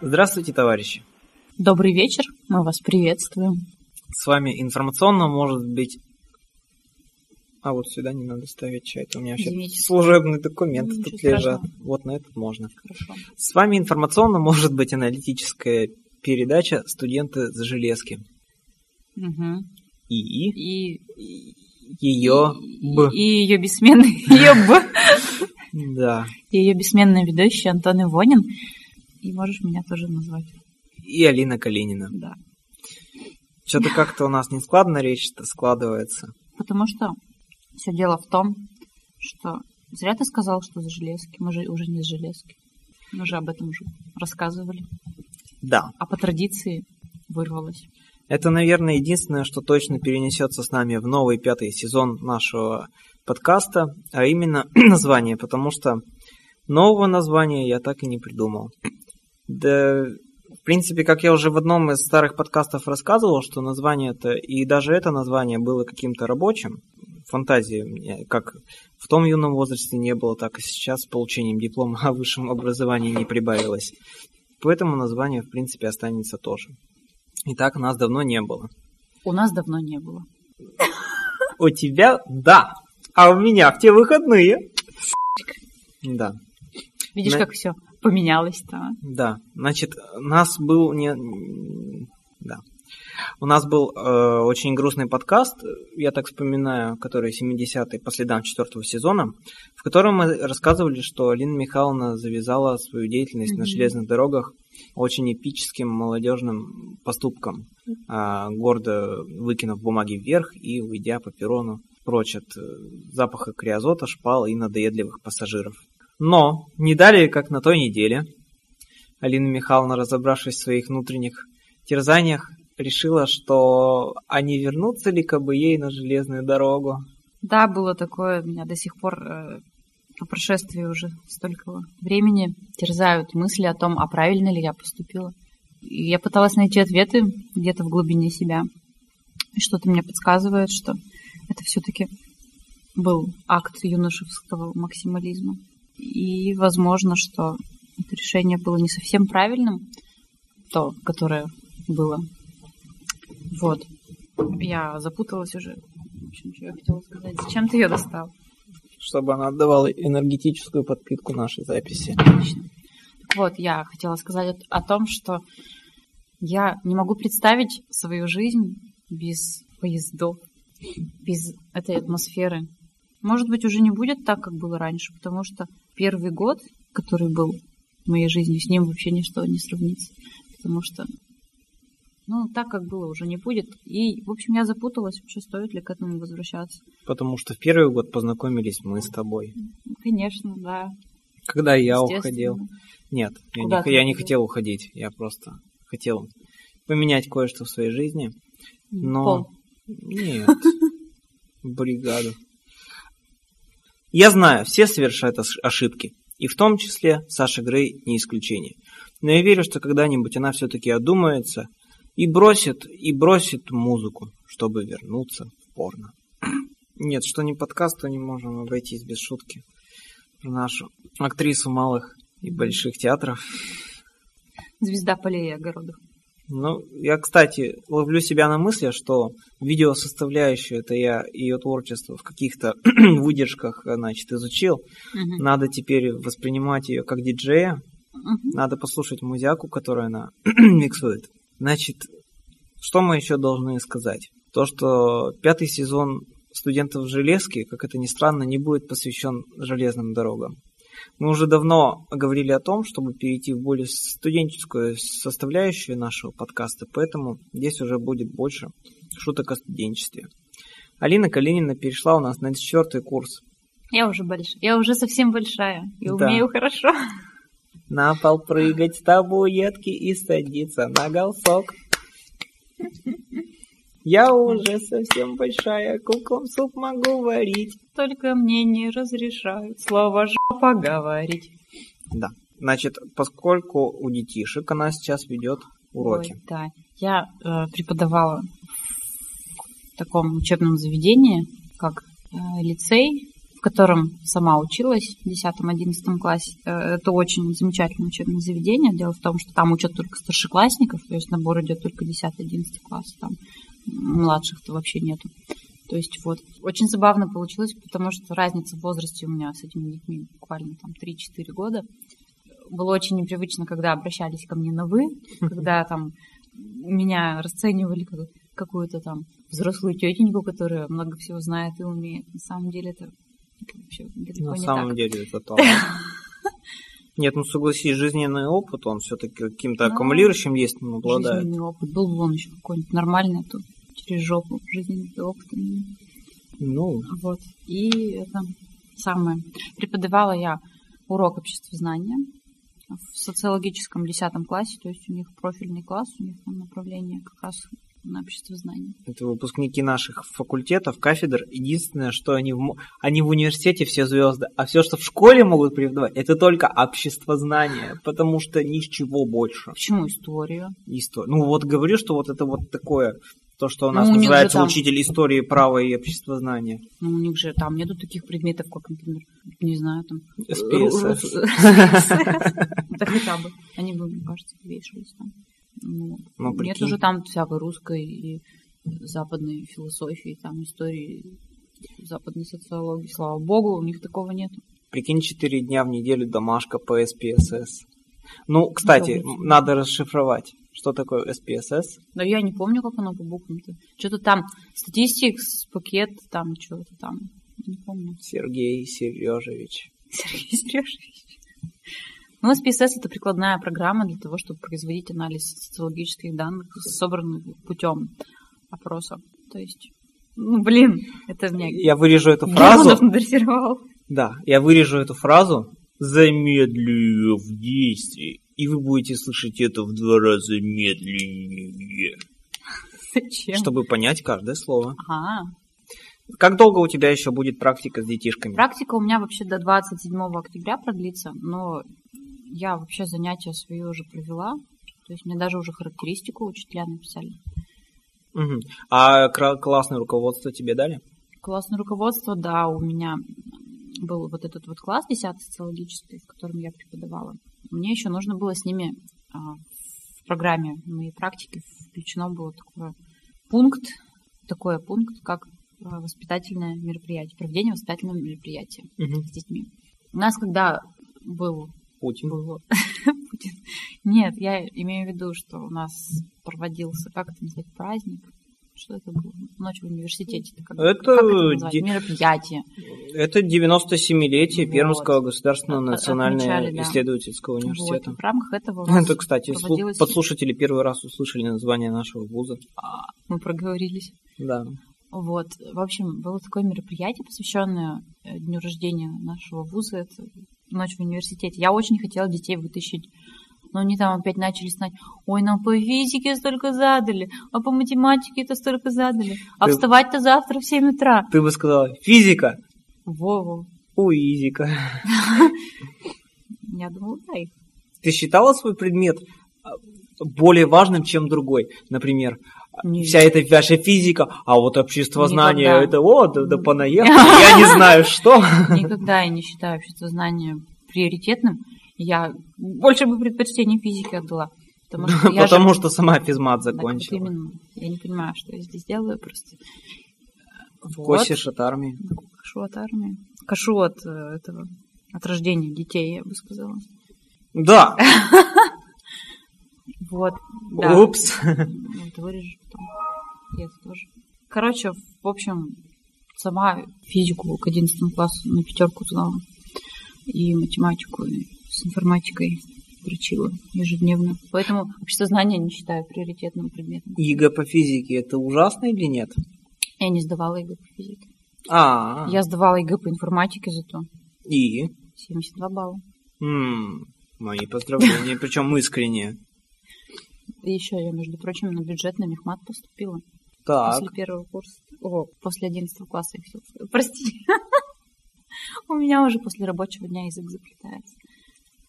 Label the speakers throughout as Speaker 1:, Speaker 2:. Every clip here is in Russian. Speaker 1: Здравствуйте, товарищи!
Speaker 2: Добрый вечер, мы вас приветствуем.
Speaker 1: С вами информационно, может быть... А вот сюда не надо ставить чай, это у меня вообще
Speaker 2: Извините.
Speaker 1: служебные документы
Speaker 2: Ну,
Speaker 1: тут
Speaker 2: ничего
Speaker 1: лежат.
Speaker 2: страшного.
Speaker 1: Вот на этот можно.
Speaker 2: Хорошо.
Speaker 1: С вами информационно, может быть, аналитическая передача «Студенты за железки».
Speaker 2: Мгм.
Speaker 1: И
Speaker 2: И...
Speaker 1: ее б.
Speaker 2: И ее бессменный... Ее б.
Speaker 1: Да.
Speaker 2: И ее бессменный ведущий Антон Ивонин. И можешь меня тоже назвать.
Speaker 1: И Алина Калинина.
Speaker 2: Да.
Speaker 1: Что-то как-то у нас не складно речь-то складывается.
Speaker 2: Потому что все дело в том, что зря ты сказал, что за железки. Мы же уже не за железки. Мы же об этом уже рассказывали.
Speaker 1: Да.
Speaker 2: А по традиции вырвалось.
Speaker 1: Это, наверное, единственное, что точно перенесется с нами в новый пятый сезон нашего подкаста, а именно название, потому что нового названия я так и не придумал. Да, в принципе, как я уже в одном из старых подкастов рассказывал, что название-то, и даже это название было каким-то рабочим, фантазии у меня как в том юном возрасте не было, так и сейчас с получением диплома о высшем образовании не прибавилось. Поэтому название, в принципе, останется тоже. И так нас давно не было.
Speaker 2: У нас давно не было.
Speaker 1: У тебя да, а у меня в те выходные. Да,
Speaker 2: Видишь,
Speaker 1: На-
Speaker 2: как все поменялось-то. а?
Speaker 1: да. Значит, нас был не... Да. У нас был э, очень грустный подкаст, я так вспоминаю, который 70-й по следам четвертого сезона, в котором мы рассказывали, что Лина Михайловна завязала свою деятельность на
Speaker 2: Мгм.
Speaker 1: железных дорогах очень эпическим молодежным поступком, а, гордо выкинув бумаги вверх и уйдя по перрону прочь от э, запаха криозота, шпал и надоедливых пассажиров. Но не далее, как на той неделе, Алина Михайловна, разобравшись в своих внутренних терзаниях, решила, что они вернутся ли кабы ей на железную дорогу.
Speaker 2: Да, было такое. Меня до сих пор э, по прошествии уже столько времени терзают мысли о том, а правильно ли я поступила. И я пыталась найти ответы где-то в глубине себя. И что-то мне подсказывает, что это все-таки был акт юношевского максимализма. И возможно, что это решение было не совсем правильным, то, которое было. Вот. Я запуталась уже. В общем, что я хотела сказать. Зачем ты ее достал?
Speaker 1: чтобы она отдавала энергетическую подпитку нашей записи.
Speaker 2: Отлично. Так вот, я хотела сказать о о том, что я не могу представить свою жизнь без поездов, без этой атмосферы. Может быть, уже не будет так, как было раньше, потому что первый год, который был в моей жизни, с ним вообще ничто не сравнится, потому что ну, так, как было, уже не будет. И, в общем, я запуталась вообще, стоит ли к этому возвращаться.
Speaker 1: Потому что в первый год познакомились мы с тобой.
Speaker 2: Ну, Конечно, да.
Speaker 1: Когда я
Speaker 2: естественно.
Speaker 1: уходил. Нет, я,
Speaker 2: Куда
Speaker 1: не,
Speaker 2: ты
Speaker 1: я не
Speaker 2: уходил?
Speaker 1: хотел уходить. Я просто хотел поменять кое-что в своей жизни. Но...
Speaker 2: Пол.
Speaker 1: Нет. Бригаду. Я знаю, все совершают ош- ошибки. И в том числе Саша Грей не исключение. Но я верю, что когда-нибудь она все-таки одумается и бросит, и бросит музыку, чтобы вернуться в порно. Нет, что не подкаст, то не можем обойтись без шутки. Про нашу актрису малых и больших театров.
Speaker 2: Звезда полей и огородов.
Speaker 1: Ну, я, кстати, ловлю себя на мысли, что видеосоставляющую, это я ее творчество в каких-то выдержках, э, значит, изучил.
Speaker 2: Мгм.
Speaker 1: Надо теперь воспринимать ее как диджея,
Speaker 2: Мгм.
Speaker 1: надо послушать музяку, которую она миксует. Значит, что мы еще должны сказать? То, что пятый сезон студентов железки, как это ни странно, не будет посвящен железным дорогам. Мы уже давно говорили о том, чтобы перейти в более студенческую составляющую нашего подкаста, поэтому здесь уже будет больше шуток о студенчестве. Алина Калинина перешла у нас на четвертый курс.
Speaker 2: Я уже большая. Я уже совсем большая. И
Speaker 1: Да.
Speaker 2: умею хорошо.
Speaker 1: На пол прыгать с табуретки и садиться на голосок. Я уже совсем большая, куклам суп могу варить.
Speaker 2: Только мне не разрешают слово жопа говорить.
Speaker 1: Да. Значит, поскольку у детишек она сейчас ведет уроки.
Speaker 2: Ой, да. Я э, преподавала в таком учебном заведении, как э, лицей, котором сама училась в 10-11 классе. Э, Это очень замечательное учебное заведение. Дело в том, что там учат только старшеклассников, то есть набор идет только 10-11 класс, там младших-то вообще нету. То есть вот. Очень забавно получилось, потому что разница в возрасте у меня с этими детьми буквально там 3-4 года. Было очень непривычно, когда обращались ко мне на «вы», когда там меня расценивали как какую-то там взрослую тетеньку, которая много всего знает и умеет. На самом деле это вообще далеко
Speaker 1: На
Speaker 2: типа не
Speaker 1: самом
Speaker 2: так.
Speaker 1: деле это так. Нет, ну согласись, жизненный опыт, он все-таки каким-то
Speaker 2: Ну,
Speaker 1: аккумулирующим действием обладает.
Speaker 2: Жизненный опыт. Был бы он еще какой-нибудь нормальный, а то через жопу жизненный опыт. у меня.
Speaker 1: Ну,
Speaker 2: Вот. И это самое. Преподавала я урок обществознания в социологическом 10 классе, то есть у них профильный класс, у них там направление как раз на обществознание.
Speaker 1: это выпускники наших факультетов, кафедр. Единственное, что они в, мо- они в университете все звезды, а все, что в школе могут преподавать, это только общество знания, потому что ничего больше.
Speaker 2: Почему историю?
Speaker 1: История. Ну вот говорю, что вот это вот такое, то, что у нас
Speaker 2: Ну, у них же
Speaker 1: называется
Speaker 2: там-
Speaker 1: учитель истории, права и общества знания.
Speaker 2: Ну, у них же там нету таких предметов, как, например, не знаю, там...
Speaker 1: SPS.
Speaker 2: ру- SPS. Да хотя бы. Они бы, мне кажется, вешались там. Ну,
Speaker 1: Ну,
Speaker 2: Нет
Speaker 1: прикинь.
Speaker 2: уже там всякой русской и западной философии, там истории западной социологии. Слава богу, у них такого нет.
Speaker 1: Прикинь, 4 дня в неделю домашка по SPSS. Ну, кстати,
Speaker 2: Ничего себе.
Speaker 1: надо расшифровать, что такое SPSS.
Speaker 2: Но я не помню, как оно по буквам-то. Что-то там статистик, пакет, там что-то там. Не помню.
Speaker 1: Сергей Сережевич.
Speaker 2: Сергей Сережевич. Ну, СПСС – это прикладная программа для того, чтобы производить анализ социологических данных, собранных путем опроса. То есть, ну, блин, это меня
Speaker 1: Я вырежу эту
Speaker 2: Германов
Speaker 1: фразу.
Speaker 2: надрессировал.
Speaker 1: Да, я вырежу эту фразу. Замедлю в действии. И вы будете слышать это в два раза медленнее.
Speaker 2: Зачем? А,
Speaker 1: Чтобы понять каждое слово.
Speaker 2: Ага.
Speaker 1: Как долго у тебя еще будет практика с детишками?
Speaker 2: Практика у меня вообще до 27 октября продлится, но я вообще занятия свои уже провела. То есть мне даже уже характеристику учителя написали.
Speaker 1: Мгм. А кра- классное руководство тебе дали?
Speaker 2: Классное руководство, да, у меня был вот этот вот класс 10 социологический, в котором я преподавала. Мне еще нужно было с ними а, в программе моей практики включено было такой пункт, такой пункт, как а, воспитательное мероприятие, проведение воспитательного мероприятия
Speaker 1: Мгм.
Speaker 2: с детьми. У нас когда был
Speaker 1: Путин.
Speaker 2: было. Путин. Нет, я имею в виду, что у нас проводился, как это назвать, праздник? Что это было? Ночь в университете. Как,
Speaker 1: Это
Speaker 2: как назвать?
Speaker 1: де-
Speaker 2: мероприятие.
Speaker 1: Это 97-летие
Speaker 2: Вот.
Speaker 1: Пермского государственного
Speaker 2: От-
Speaker 1: национального
Speaker 2: отмечали, да.
Speaker 1: исследовательского
Speaker 2: Вот,
Speaker 1: университета. Ну,
Speaker 2: в рамках этого у нас
Speaker 1: Это, кстати, слу-
Speaker 2: проводилось-
Speaker 1: подслушатели первый раз услышали название нашего вуза.
Speaker 2: А, мы проговорились.
Speaker 1: Да.
Speaker 2: Вот. В общем, было такое мероприятие, посвященное э, дню рождения нашего вуза. Это ночь в университете. Я очень хотела детей вытащить. Но они там опять начали знать, ой, нам по физике столько задали, а по математике это столько задали, а
Speaker 1: Ты-
Speaker 2: вставать-то завтра в 7 утра.
Speaker 1: Ты бы сказала, физика,
Speaker 2: Вову.
Speaker 1: уизика.
Speaker 2: Я думала, да, их.
Speaker 1: Ты считала свой предмет а, более важным, чем другой? Например,
Speaker 2: Не
Speaker 1: А, вся эта ваша физика, а вот общество знания,
Speaker 2: Никогда.
Speaker 1: это о, да, да понаехали, я не знаю что.
Speaker 2: Никогда я не считаю общество знания приоритетным. Я больше бы предпочтение физике отдала. Потому что я же-
Speaker 1: Потому что сама физмат
Speaker 2: Да, вот
Speaker 1: закончила.
Speaker 2: именно. Я не понимаю, что я здесь делаю просто. э, Вот.
Speaker 1: Косишь от армии.
Speaker 2: Кашу от армии. Кашу от э, этого, от рождения детей, я бы сказала.
Speaker 1: Да,
Speaker 2: Вот, да.
Speaker 1: упс.
Speaker 2: Вот, вырежу потом. И это тоже. Короче, в общем, сама физику к 11 классу на пятерку сдала. И математику и с информатикой дрочила ежедневно. Поэтому общество знания не считаю приоритетным предметом.
Speaker 1: ЕГЭ по физике это ужасно или нет?
Speaker 2: Я не сдавала ЕГЭ по физике.
Speaker 1: А,
Speaker 2: Я сдавала ЕГЭ по информатике зато.
Speaker 1: и?
Speaker 2: 72 балла.
Speaker 1: М, Мои поздравления, причем искренне.
Speaker 2: И еще я, между прочим, на бюджет на мехмат поступила.
Speaker 1: Так,
Speaker 2: После первого курса. О, после 11 класса я хотела сказать. Прости. У меня уже после рабочего дня язык заплетается.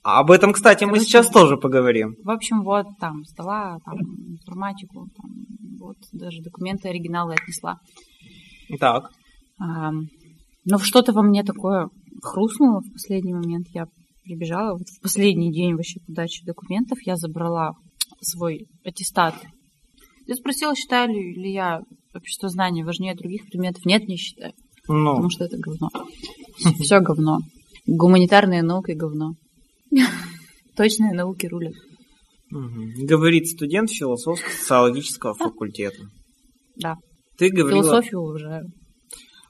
Speaker 1: а об этом, кстати, мы
Speaker 2: Короче,
Speaker 1: сейчас тоже поговорим.
Speaker 2: В общем, вот там сдала там, информатику, там, вот даже документы оригиналы отнесла.
Speaker 1: Так,
Speaker 2: Ам, Но что-то во мне такое хрустнуло в последний момент. Я прибежала. Вот в последний день вообще подачи документов я забрала свой аттестат. Я спросила, считаю ли ли я общество знаний важнее других предметов. Нет, не считаю.
Speaker 1: Ну,
Speaker 2: Потому что это говно. Все говно. Гуманитарные науки говно. Точные науки рулят.
Speaker 1: мгм. говорит студент философско-социологического факультета.
Speaker 2: Да.
Speaker 1: Ты говорила,
Speaker 2: Философию уважаю.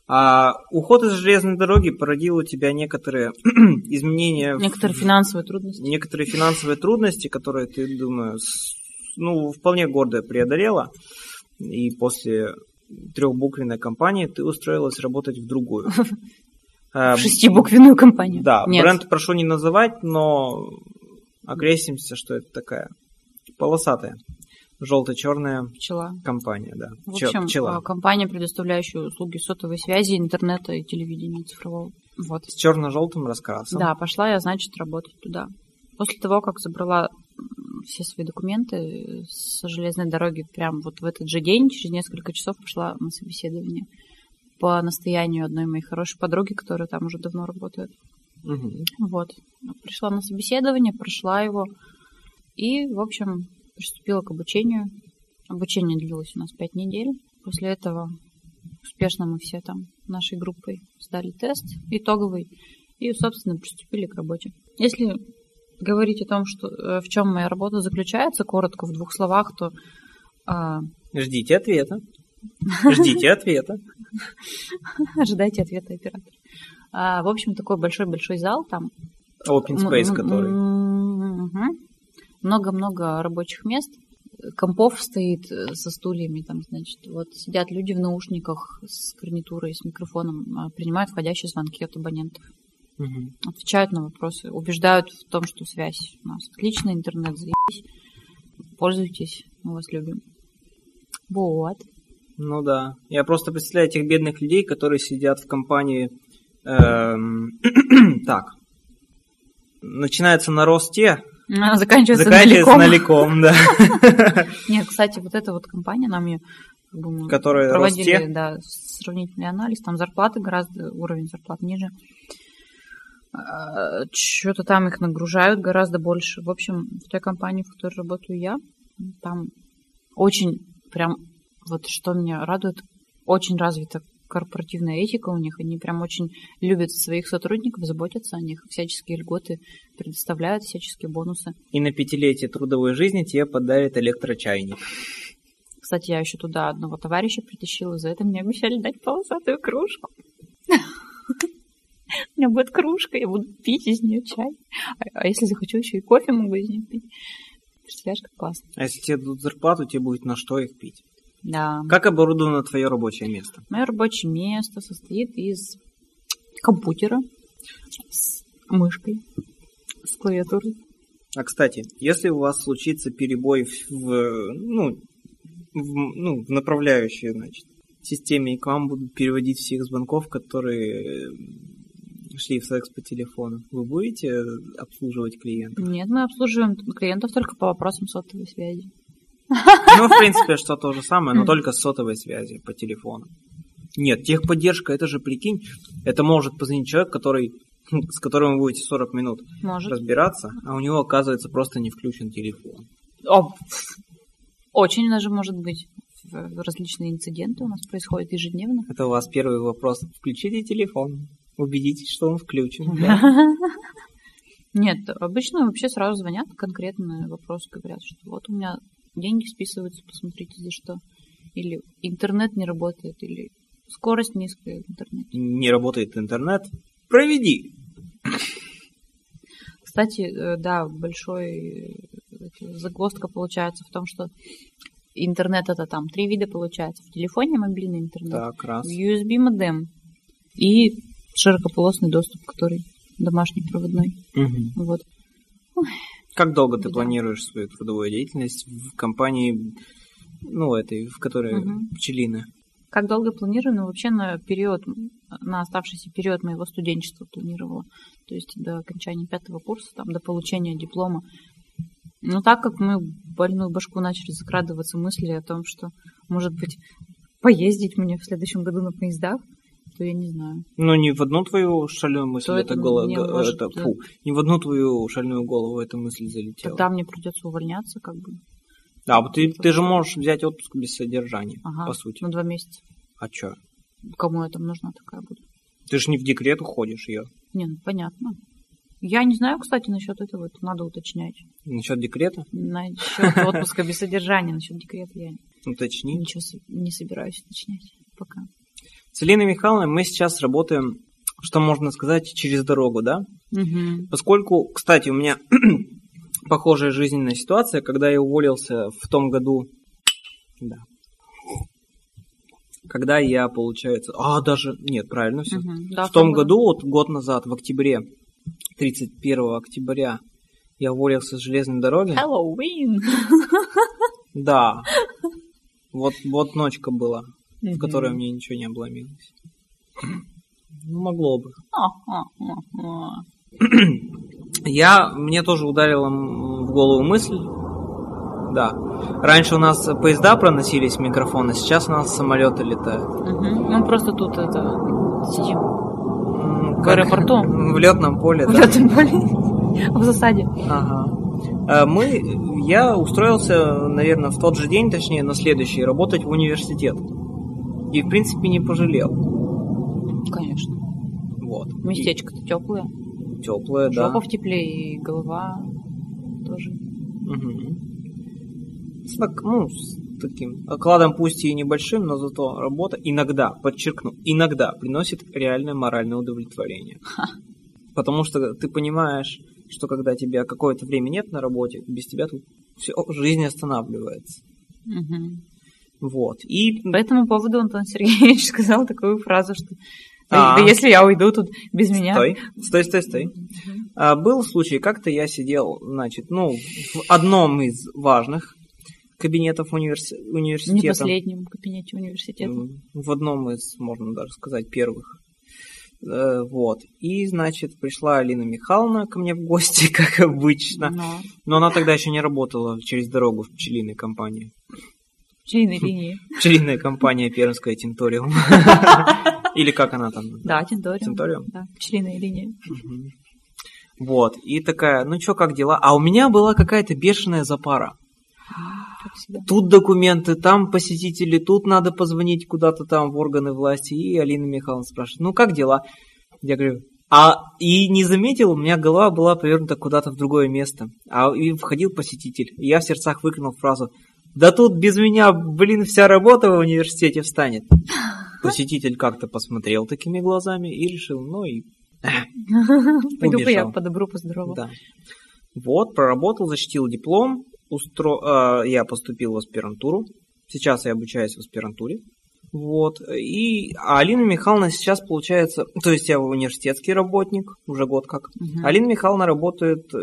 Speaker 1: а уход из железной дороги породил у тебя некоторые изменения в-
Speaker 2: Некоторые финансовые трудности.
Speaker 1: некоторые финансовые трудности, которые ты, думаю, с- ну, вполне гордо преодолела. И после трехбуквенной компании ты устроилась работать в другую. А,
Speaker 2: В шестибуквенную компанию.
Speaker 1: Да,
Speaker 2: Нет.
Speaker 1: бренд прошу не называть, но окрестимся, что это такая полосатая, желто-черная
Speaker 2: Пчела.
Speaker 1: компания, да.
Speaker 2: В
Speaker 1: Чё-
Speaker 2: общем,
Speaker 1: пчела.
Speaker 2: а, компания, предоставляющая услуги сотовой связи, интернета и телевидения цифрового. Вот.
Speaker 1: С черно-желтым раскрасом.
Speaker 2: Да, пошла я, значит, работать туда. После того, как забрала м, все свои документы с железной дороги, прям вот в этот же день, через несколько часов пошла на собеседование по настоянию одной моей хорошей подруги, которая там уже давно работает.
Speaker 1: Мгм.
Speaker 2: Вот. Пришла на собеседование, прошла его и, в общем, приступила к обучению. Обучение длилось у нас пять недель. После этого успешно мы все там нашей группой сдали тест итоговый и, собственно, приступили к работе. Если говорить о том, что, э, в чем моя работа заключается, коротко, в двух словах, то а,
Speaker 1: Ждите ответа. Ждите ответа.
Speaker 2: ожидайте ответа оператора. А, в общем, такой большой-большой зал, там
Speaker 1: Open Space,
Speaker 2: М-
Speaker 1: который.
Speaker 2: м- мгм. Много-много рабочих мест. Компов стоит э, со стульями, там, значит, вот сидят люди в наушниках с гарнитурой, с микрофоном, а, принимают входящие звонки от абонентов,
Speaker 1: Мгм.
Speaker 2: отвечают на вопросы, убеждают в том, что связь у нас отличная, интернет заебись, пользуйтесь, мы вас любим. Вот.
Speaker 1: Ну да. Я просто представляю тех бедных людей, которые сидят в компании. эм, Так. Начинается на росте,
Speaker 2: А, Заканчивается,
Speaker 1: заканчивается
Speaker 2: наликом.
Speaker 1: наликом, да.
Speaker 2: Нет, кстати, вот эта вот компания, нам ее как бы мы
Speaker 1: Которая
Speaker 2: проводили,
Speaker 1: Росте?
Speaker 2: да, сравнительный анализ, там зарплаты гораздо, уровень зарплат ниже. Что-то там их нагружают гораздо больше. В общем, в той компании, в которой работаю я, там очень прям, вот что меня радует, очень развита корпоративная этика у них. Они прям очень любят своих сотрудников, заботятся о них, всяческие льготы предоставляют, всяческие бонусы.
Speaker 1: И на пятилетие трудовой жизни тебе подарят электрочайник.
Speaker 2: Кстати, я еще туда одного товарища притащила, за это мне обещали дать полосатую кружку. У меня будет кружка, я буду пить из нее чай. А- А если захочу, еще и кофе могу из нее пить. Представляешь, как классно.
Speaker 1: А если тебе дадут зарплату, тебе будет на что их пить.
Speaker 2: Да.
Speaker 1: Как оборудовано твое рабочее место?
Speaker 2: Мое рабочее место состоит из компьютера с мышкой, с клавиатурой.
Speaker 1: А кстати, если у вас случится перебой в, в, ну, в, ну, в направляющей, значит, системе, и к вам будут переводить всех звонков, которые э, шли в секс по телефону, вы будете э, обслуживать клиента?
Speaker 2: Нет, мы обслуживаем клиентов только по вопросам сотовой связи.
Speaker 1: Ну, в принципе, что то же самое, но только с сотовой связи по телефону. Нет, техподдержка, это же, прикинь, это может позвонить человек, который, с которым вы будете 40 минут
Speaker 2: Может.
Speaker 1: разбираться, а у него, оказывается, просто не включен телефон.
Speaker 2: О, пф. очень даже может быть. В- Различные инциденты у нас происходят ежедневно.
Speaker 1: Это у вас первый вопрос. Включите телефон. Убедитесь, что он включен. да.
Speaker 2: Нет, обычно вообще сразу звонят конкретные вопросы, говорят, что вот у меня деньги списываются, посмотрите за что. Или интернет не работает, или скорость низкая в интернете.
Speaker 1: Не работает интернет. Проведи.
Speaker 2: Кстати, э, да, большой э, это, загвоздка получается в том, что интернет это там три вида получается. В телефоне мобильный интернет,
Speaker 1: Так, раз.
Speaker 2: USB модем и широкополосный доступ, который домашний проводной.
Speaker 1: Мгм.
Speaker 2: Вот.
Speaker 1: Как долго ты
Speaker 2: Беда.
Speaker 1: планируешь свою трудовую деятельность в компании, ну, этой, в которой
Speaker 2: Мгм.
Speaker 1: пчелина?
Speaker 2: Как долго я планирую? Ну, вообще на период, на оставшийся период моего студенчества планировала. То есть до окончания пятого курса, там, до получения диплома. Но так как мы в больную башку начали закрадываться мысли о том, что, может быть, поездить мне в следующем году на поездах, то я не знаю.
Speaker 1: Ну, не в одну твою шальную мысль
Speaker 2: То
Speaker 1: эта
Speaker 2: это
Speaker 1: голова,
Speaker 2: мне
Speaker 1: г-
Speaker 2: может,
Speaker 1: это,
Speaker 2: да.
Speaker 1: фу, не в одну твою шальную голову эта мысль залетела.
Speaker 2: Тогда мне придется увольняться, как бы.
Speaker 1: Да, вот ты, ты же можешь взять отпуск без содержания,
Speaker 2: Ага.
Speaker 1: по сути.
Speaker 2: На два месяца.
Speaker 1: А чё?
Speaker 2: Кому я там нужна такая буду?
Speaker 1: Ты же не в декрет уходишь ее.
Speaker 2: Не, ну понятно. Я не знаю, кстати, насчет этого, это надо уточнять.
Speaker 1: Насчет декрета?
Speaker 2: Насчет отпуска без содержания, насчет декрета я
Speaker 1: Уточни.
Speaker 2: ничего со- не собираюсь уточнять пока.
Speaker 1: С Еленой Михайловной мы сейчас работаем, что можно сказать, через дорогу, да?
Speaker 2: Мгм.
Speaker 1: Поскольку, кстати, у меня похожая жизненная ситуация, когда я уволился в том году, да, когда я, получается, а, даже, нет, правильно все.
Speaker 2: Мгм. Да,
Speaker 1: в том году, вот год назад, в октябре, 31 октября, я уволился с железной дороги.
Speaker 2: Хэллоуин!
Speaker 1: Да. Вот, вот ночка была, в
Speaker 2: Мгм.
Speaker 1: которой мне ничего не обломилось. Ну, могло бы.
Speaker 2: А, а, а, а.
Speaker 1: Я, мне тоже ударила м, в голову мысль. Да. Раньше у нас поезда проносились микрофоны, сейчас у нас самолеты летают.
Speaker 2: Мгм. Ну, просто тут это сидим
Speaker 1: М,
Speaker 2: В
Speaker 1: как
Speaker 2: аэропорту?
Speaker 1: В летном поле,
Speaker 2: в
Speaker 1: да.
Speaker 2: лётном поле, в засаде.
Speaker 1: Ага. Э, Мы, я устроился, наверное, в тот же день, точнее, на следующий, работать в университет. И, в принципе, не пожалел. Ну,
Speaker 2: Конечно.
Speaker 1: Вот.
Speaker 2: Местечко-то теплое.
Speaker 1: Теплое, да.
Speaker 2: Жопа в тепле и голова тоже.
Speaker 1: Мгм. С, нак- ну, с таким окладом, пусть и небольшим, но зато работа иногда, подчеркну, иногда приносит реальное моральное удовлетворение. Потому что ты понимаешь, что когда тебя какое-то время нет на работе, без тебя тут все, жизнь останавливается.
Speaker 2: Мгм.
Speaker 1: Вот. И
Speaker 2: По этому поводу Антон Сергеевич сказал такую фразу, что
Speaker 1: А.
Speaker 2: да если я уйду тут без меня.
Speaker 1: Стой, стой, стой, стой.
Speaker 2: Мгм.
Speaker 1: А, был случай, как-то я сидел, значит, ну, в одном из важных кабинетов универси-
Speaker 2: Не в
Speaker 1: университета.
Speaker 2: последнем кабинете университета.
Speaker 1: М, Э, в одном из, можно даже сказать, первых. Э, Вот. И, значит, пришла Алина Михайловна ко мне в гости, как обычно.
Speaker 2: Но
Speaker 1: Но она тогда еще не работала через дорогу в пчелиной компании.
Speaker 2: пчелиной
Speaker 1: Хм.
Speaker 2: линии.
Speaker 1: Пчелиная компания Пермская Тинториум. Или как она там?
Speaker 2: Да, тенториум.
Speaker 1: Тенториум?
Speaker 2: Да, пчелиная линия.
Speaker 1: Мгм. Вот. И такая, ну чё, как дела? А у меня была какая-то бешеная запара. А.
Speaker 2: Как всегда.
Speaker 1: Тут документы, там посетители, тут надо позвонить куда-то там в органы власти. И Алина Михайловна спрашивает, ну как дела? Я говорю, а и не заметил, у меня голова была повернута куда-то в другое место. А и входил посетитель. И я в сердцах выкинул фразу, да тут без меня, блин, вся работа в университете встанет. Посетитель как-то посмотрел такими глазами и решил, ну и
Speaker 2: Пойду-ка я
Speaker 1: Убежал.
Speaker 2: по добру, по здорову.
Speaker 1: да. Вот, проработал, защитил диплом. устро- э, я поступил в аспирантуру. Сейчас я обучаюсь в аспирантуре. Вот. И а Алина Михайловна сейчас получается... То есть я университетский работник, уже год как.
Speaker 2: Мгм.
Speaker 1: Алина Михайловна работает э,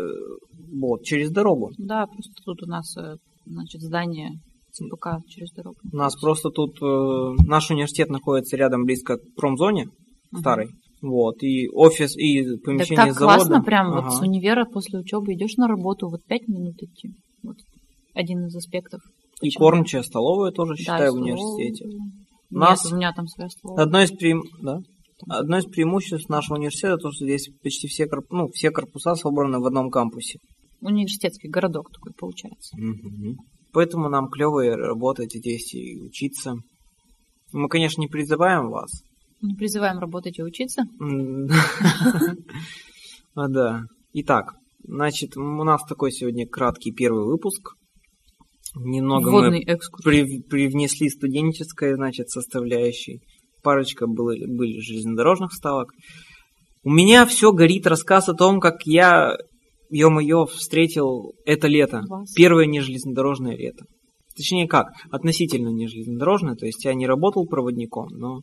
Speaker 1: вот, через дорогу.
Speaker 2: Да, просто тут у нас, э, значит, здание ЦПК через дорогу.
Speaker 1: У нас просто тут... э, наш университет находится рядом, близко к промзоне
Speaker 2: Мгм.
Speaker 1: старой. Вот. И офис, и
Speaker 2: Так
Speaker 1: помещение
Speaker 2: так
Speaker 1: завода.
Speaker 2: классно, прям вот
Speaker 1: Ага.
Speaker 2: с универа после учебы идешь на работу, вот пять минут идти. Вот один из аспектов.
Speaker 1: И
Speaker 2: Почему?
Speaker 1: кормчая столовая тоже,
Speaker 2: Да,
Speaker 1: считаю, в
Speaker 2: слово.
Speaker 1: университете.
Speaker 2: Нет,
Speaker 1: Нас- Э,
Speaker 2: у меня там свое слово.
Speaker 1: Одно из, преим- да? Одно из преимуществ нашего университета то, что здесь почти все, корп- ну, все корпуса собраны в одном кампусе.
Speaker 2: Университетский городок такой получается.
Speaker 1: Поэтому нам клево и работать здесь и учиться. Мы, конечно, не призываем вас.
Speaker 2: Не призываем работать и учиться.
Speaker 1: М, А, да. Итак, значит, у нас такой сегодня краткий первый выпуск. Немного мы
Speaker 2: Водный экскурс.
Speaker 1: при- привнесли студенческое, значит, составляющей. Парочка было, были железнодорожных ставок. У меня все горит рассказ о том, как я, ё-моё, встретил это лето.
Speaker 2: Вас.
Speaker 1: Первое не железнодорожное лето. Точнее как, относительно не железнодорожное, то есть я не работал проводником, но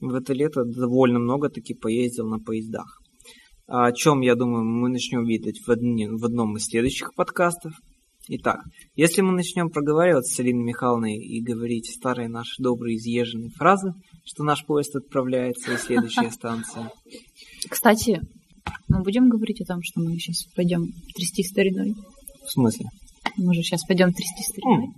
Speaker 1: в это лето довольно много таки поездил на поездах. А О чем, я думаю, мы начнем видеть в, одни- в одном из следующих подкастов. Итак, если мы начнем проговаривать с Алиной Михайловной и говорить старые наши добрые изъезженные фразы, что наш поезд отправляется и следующая станция.
Speaker 2: Кстати, мы будем говорить о том, что мы сейчас пойдем трясти стариной.
Speaker 1: В смысле?
Speaker 2: Мы же сейчас пойдем трясти стариной.
Speaker 1: М,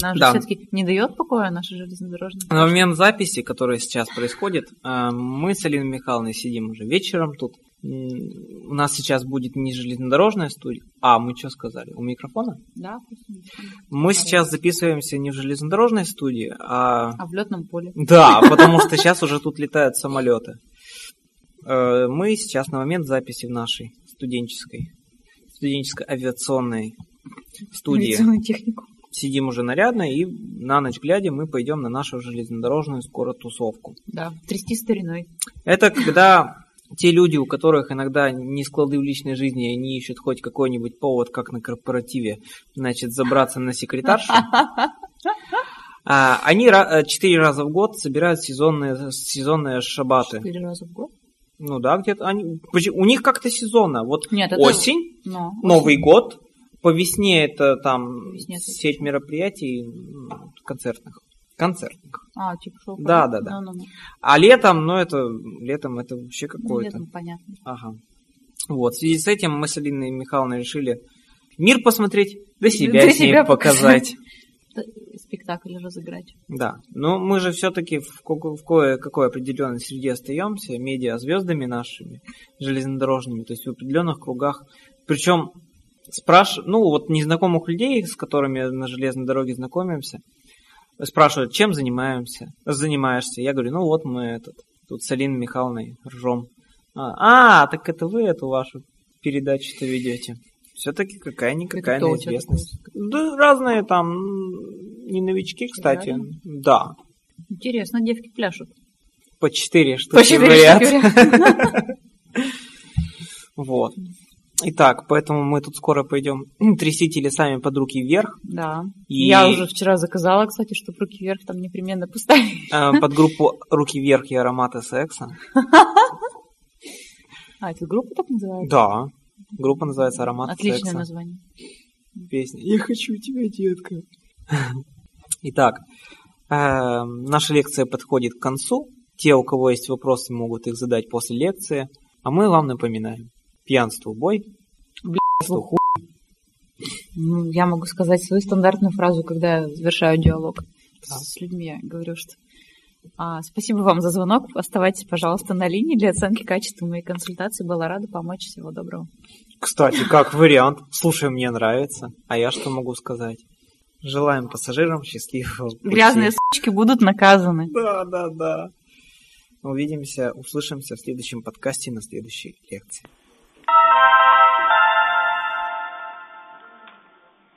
Speaker 2: Нам же
Speaker 1: Да.
Speaker 2: все-таки не дает покоя наша железнодорожная.
Speaker 1: На момент записи, которая сейчас происходит, э, мы с Алиной Михайловной сидим уже вечером тут. М, У нас сейчас будет не железнодорожная студия. А, мы что сказали? У микрофона?
Speaker 2: Да, пусть
Speaker 1: Мы сейчас записываемся не в железнодорожной студии, а...
Speaker 2: А в летном поле.
Speaker 1: Да, потому что сейчас уже тут летают самолеты. Э, Мы сейчас на момент записи в нашей студенческой, студенческой авиационной студии
Speaker 2: Авиационную технику.
Speaker 1: сидим уже нарядно, и на ночь глядя мы пойдем на нашу железнодорожную скоро тусовку.
Speaker 2: Да, трясти стариной.
Speaker 1: Это когда те люди, у которых иногда не склады в личной жизни, и они ищут хоть какой-нибудь повод, как на корпоративе, значит, забраться на секретаршу. а, Они ра- э, четыре раза в год собирают сезонные, сезонные шабаты.
Speaker 2: Четыре раза в год.
Speaker 1: Ну да, где-то они... почему- У них как-то сезонно. Вот
Speaker 2: Нет, это-
Speaker 1: осень,
Speaker 2: Но
Speaker 1: Новый год. По весне это там
Speaker 2: Весне это
Speaker 1: сеть мероприятий м, концертных. Концертных.
Speaker 2: А, типа шоу.
Speaker 1: Да, да, да.
Speaker 2: Ну, ну, ну.
Speaker 1: А летом, ну это летом это вообще
Speaker 2: Ну,
Speaker 1: какое-то.
Speaker 2: летом понятно.
Speaker 1: Ага. Вот. В связи с этим мы с Алиной Михайловной решили мир посмотреть, да себя,
Speaker 2: Да
Speaker 1: с ней
Speaker 2: себя
Speaker 1: показать.
Speaker 2: Т- Спектакль разыграть.
Speaker 1: Да. Но мы же все-таки в, ко- в кое-какой определенной среде остаемся, медиа звездами нашими, железнодорожными, то есть в определенных кругах. Причем спраш... ну вот незнакомых людей, с которыми на железной дороге знакомимся, спрашивают, чем занимаемся, занимаешься. Я говорю, ну вот мы этот, тут с Алиной Михайловной ржем. А, а, так это вы эту вашу передачу-то ведете. Все-таки какая-никакая
Speaker 2: Это кто
Speaker 1: на
Speaker 2: у тебя
Speaker 1: известность. Да, разные там, м, не новички, кстати.
Speaker 2: Реально?
Speaker 1: Да,
Speaker 2: Интересно, девки пляшут.
Speaker 1: по четыре штуки
Speaker 2: По четыре
Speaker 1: говорят.
Speaker 2: штуки.
Speaker 1: Вот. Итак, поэтому мы тут скоро пойдем трясите лесами под руки вверх.
Speaker 2: Да.
Speaker 1: И-
Speaker 2: Я уже вчера заказала, кстати, чтобы руки вверх там непременно поставили.
Speaker 1: Э, Под группу «Руки вверх» и «Ароматы секса».
Speaker 2: А, это группа так называется?
Speaker 1: Да. Группа называется «Ароматы
Speaker 2: Отличное
Speaker 1: секса».
Speaker 2: название.
Speaker 1: Песня «Я хочу тебя, детка». Итак, э, наша лекция подходит к концу. Те, у кого есть вопросы, могут их задать после лекции. А мы вам напоминаем. Пьянство в бой.
Speaker 2: Бля,
Speaker 1: Пьянство ху...
Speaker 2: Ну, я могу сказать свою стандартную фразу, когда я завершаю диалог
Speaker 1: Да.
Speaker 2: с людьми. Я говорю, что «А, спасибо вам за звонок. Оставайтесь, пожалуйста, на линии для оценки качества моей консультации. Была рада помочь. Всего доброго.
Speaker 1: Кстати, как вариант. Слушай, мне нравится. А я что могу сказать? Желаем пассажирам счастливого пути.
Speaker 2: Грязные сучки будут наказаны.
Speaker 1: Да, да, да. Увидимся, услышимся в следующем подкасте на следующей лекции.